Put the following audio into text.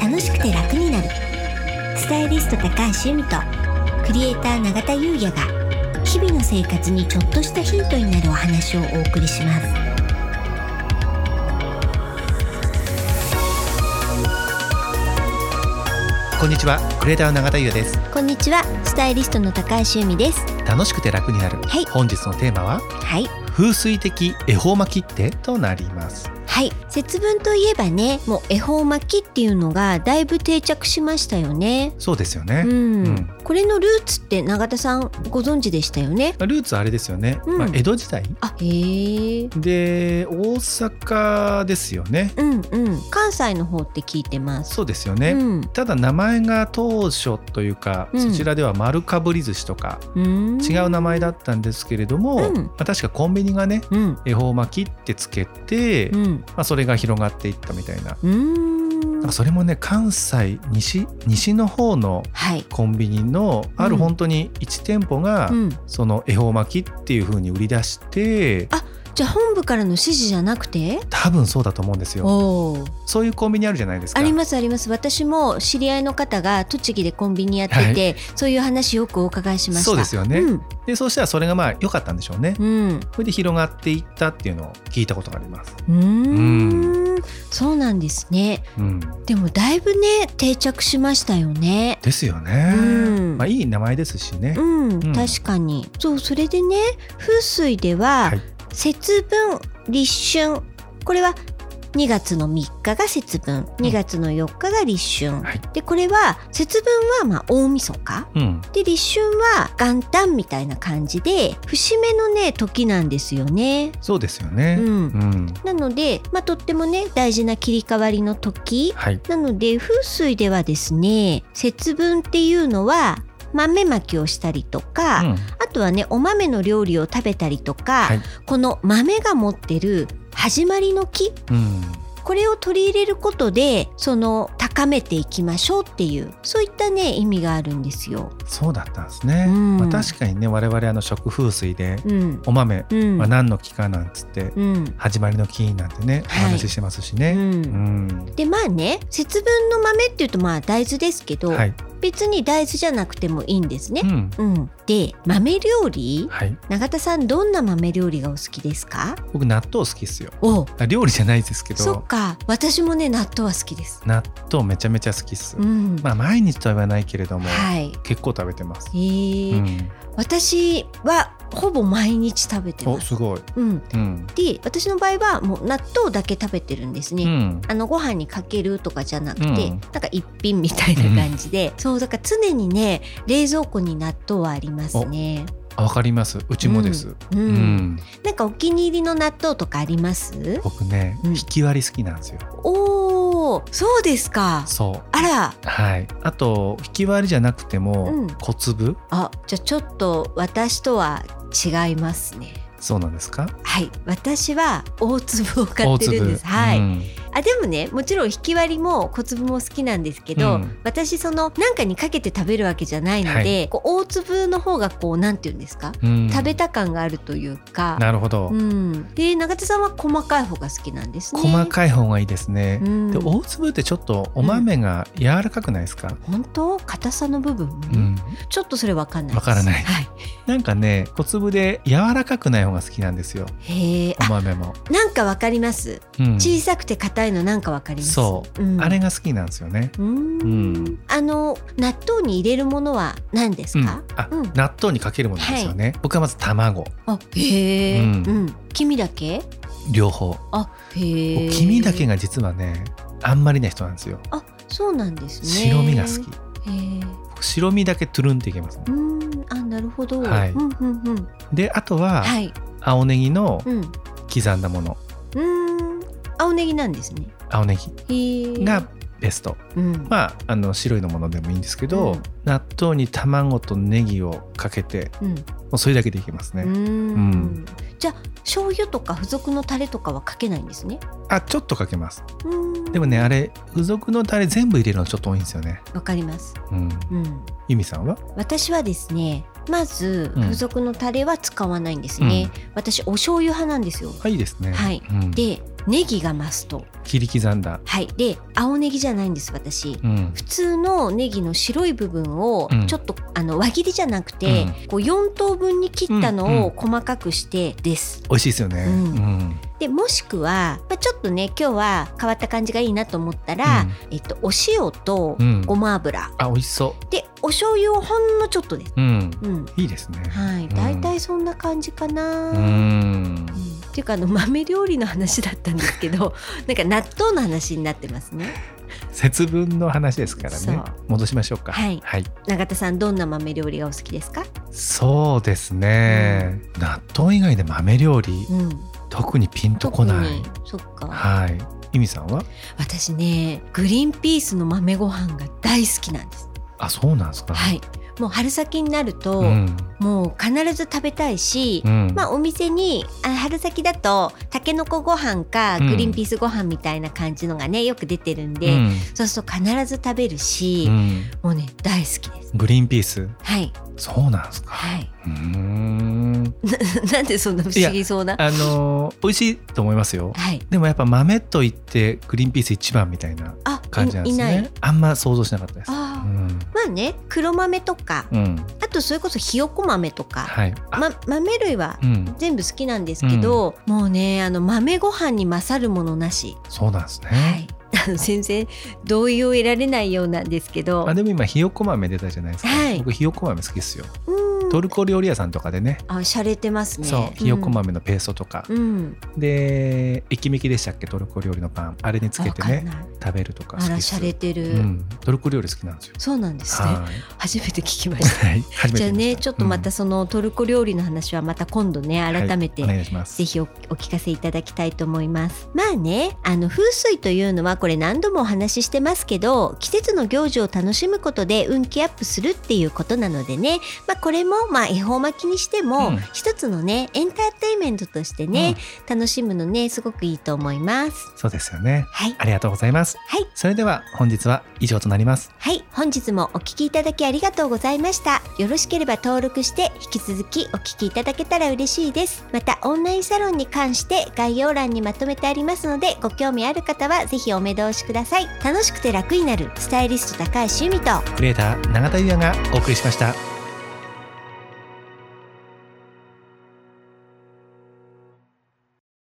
楽しくて楽になるスタイリスト高橋由美とクリエイター永田優也が日々の生活にちょっとしたヒントになるお話をお送りしますこんにちはクレーターの永田優也ですこんにちはスタイリストの高橋由美です楽しくて楽になる、はい本日のテーマははい風水的恵方巻きってとなりますはい節分といえばねもう恵方巻きっていうのがだいぶ定着しましたよねそうですよねう、ん、うんこれのルーツって永田さんご存知でしたよねルーツはあれですよね、うんまあ、江戸時代あへえで大阪ですよねうんうん関西の方って聞いてますそうですよね、うんただ名前が当初というか、うんそちらでは丸かぶり寿司とかうん、違う名前だったんですけれども、うんまあ、確かコンビニがねうん恵方巻きってつけて、うまんあ、それが広がっていったみたいなうんなんかそれもね関西西西の方のはいコンビニのあうるん本当に1店舗が、うんその恵方巻きっていう風に売り出してあじゃあ本部からの指示じゃなくて多分そうだと思うんですよおおそういうコンビニあるじゃないですかありますあります私も知り合いの方が栃木でコンビニやってて、そういう話よくお伺いしましたそうですよねうんでそうしたらそれがまあ良かったんでしょうね、うんそれで広がっていったっていうのを聞いたことがあります、うーんそうなんですねうん、でもだいぶね定着しましたよねですよね、うんまあいい名前ですしね、うん、ん確かにそうそれでね風水では、はい節分立春これは2月の3日が節分2月の4日が立春、はいでこれは節分はまあ大晦日うん、で立春は元旦みたいな感じで節目のね時なんですよね。そうですよね、うんうんなので、まあ、とってもね大事な切り替わりの時はいなので風水ではですね節分っていうのは豆まきをしたりとか、うんあとはねお豆の料理を食べたりとか、はいこの豆が持ってる始まりの木うんこれを取り入れることでその高めていきましょうっていうそういったね意味があるんですよ。そうだったんですね、うんまあ、確かにね我々あの食風水でうん、お豆うん、は何の木かなんつってうん、始まりの木なんてねおはい話ししてますしう。ね、うんんでまあね節分の豆っていうとまあ大豆ですけど、はい、別に大豆じゃなくてもいいんですねう。んうん、で豆料理はい、永田さんどんな豆料理がお好きですか僕納豆好きっすよおあ料理じゃないですけそっどか私もね納豆は好きです。納豆めちゃめちゃ好きっす、うん、まあ毎日とは言わないけれども、はい結構食べてますえ、ーうん、私はほぼ毎日食べてまおす。すごい、うん、うんで私の場合はもう納豆だけ食べてるんですね。うん、あのご飯にかけるとかじゃなくて、うなんんか一品みたいな感じで、そうだから常にね冷蔵庫に納豆はありますね。わかりますうちもです、うん、うんなんかお気に入りの納豆とかあります？僕ね、うん引き割り好きなんですよおお、そうですか。そうあら、はいあと引き割りじゃなくても、うん小粒あじゃあちょっと私とは違いますね。そうなんですかはい、私は大粒を買ってるんです。はい。うんあでもねもちろん引き割りも小粒も好きなんですけど、うん私その何かにかけて食べるわけじゃないので、はこう大粒の方がこうなんて言うんですか、うん食べた感があるというか。なるほど、うん、で永田さんは細かい方が好きなんですね。細かい方がいいですね、うんで大粒ってちょっとお豆が柔らかくないですか、本当硬さの部分、うん、ちょっとそれわかんないですわからないはい、なんかね小粒で柔らかくない方が好きなんですよへえお豆も、なんかわかります、うん、小さくて硬いのなんかわかります、そうん、あれが好きなんですよねうーんうんあの納豆に入れるものは何ですうんか、あ、うん納豆にかけるものですよね、僕はまず卵あへえ、ううんん黄身だけ両方あへえ黄身だけが実はねあんまりな人なんですよあそうなんですね白身が好きへえ僕白身だけトゥルンっていけます、ねうーんあなるほど、はいうんうんうんであとははい青ネギのうんう刻んだもの、ーん青ネギなんですね青ネギへえがベストうん、まああの白いのものでもいいんですけど、うん納豆に卵とネギをかけてうんもうそれだけでいけますね、うーんうんじゃあ醤油とか付属のタレとかはかけないんですねあちょっとかけますうーんでもねあれ付属のタレ全部入れるのちょっと多いんですよね。わかります。うん。うん。ゆみさんは？私はですね、まずうん付属のタレは使わないんですね。私お醤油派なんですよ。はいいですね。はいうん、で、ネギがマスト。切り刻んだ。はい。で、青ネギじゃないんです私。うん。普通のネギの白い部分をうんちょっと、あの輪切りじゃなくて、こう4等分に切ったのを細かくしてです。美味しいですよね。うんうんでもしくは、まあ、ちょっとね今日は変わった感じがいいなと思ったら、うんえっと、お塩とうんごま油、あ、美味しそでお醤油をほんのちょっとです。う。うん。うんいいですね。はい、うん大体そんな感じかな。ううんん。っていうかあの豆料理の話だったんですけど なんか納豆の話になってますね節分の話ですからそねう。戻しましょうか。はいはい。永田さんどんな豆料理がお好きですか、そうですね、納豆以外で豆料理、うん、特にピンとこない特にそっかはいゆみさんは私ねグリーンピースの豆ご飯が大好きなんですあそうなんですかはいもう春先になると、うんもう必ず食べたいし、うんまあお店にあ春先だとたけのこご飯かうんグリーンピースご飯みたいな感じのがねよく出てるんで、うんそうすると必ず食べるし、うんもうね大好きですグリーンピースはいそうなんですかはい うーんなんでそんな不思議そうなあのー美味しいと思いますよはいでもやっぱ豆と言ってグリーンピース一番みたいなあ感じなんいですいなねいあんま想像しなかったですあうー、んまあね黒豆とかうんあとそれこそひよこ豆とか、はいあま、豆類はうん全部好きなんですけど、もうねあの豆ご飯に勝るものなしそうなんですね、はい、あの全然同意を得られないようなんですけどあ、でも今ひよこ豆出たじゃないですか、はい僕ひよこ豆好きですようん、トルコ料理屋さんとかでね、あ、洒落てますね。そうひよこ豆のペーストとか、うん。うん、で駅ききでしたっけトルコ料理のパンあれにつけてわかんねない食べるとか好あきら、です洒落てる、うん、トルコ料理好きなんですよそうなんですね。は初めて聞きまいしはい 初た。めじゃてあ見しね、ちょっとまたうんそのトルコ料理の話はまた今度ね、改めて。はいお願いしますぜひおお聞かせいただきたいと思いますまあねあの風水というのはこれ何度もお話ししてますけど季節の行事を楽しむことで運気アップするっていうことなのでね、まあ、これもまあ恵方巻きにしても、うん一つのねエンターテインメントとしてね、楽しむのねすごくいいと思いますそうですよねはいありがとうございますはいそれでは本日は以上となりますはい本日もお聞きいただきありがとうございましたよろしければ登録して引き続きお聞きいただけたら嬉しいですまたオンラインサロンに関して概要欄にまとめてありますのでご興味ある方はぜひお目通しください楽しくて楽になるスタイリスト高橋由美とクリエイター永田裕也がお送りしました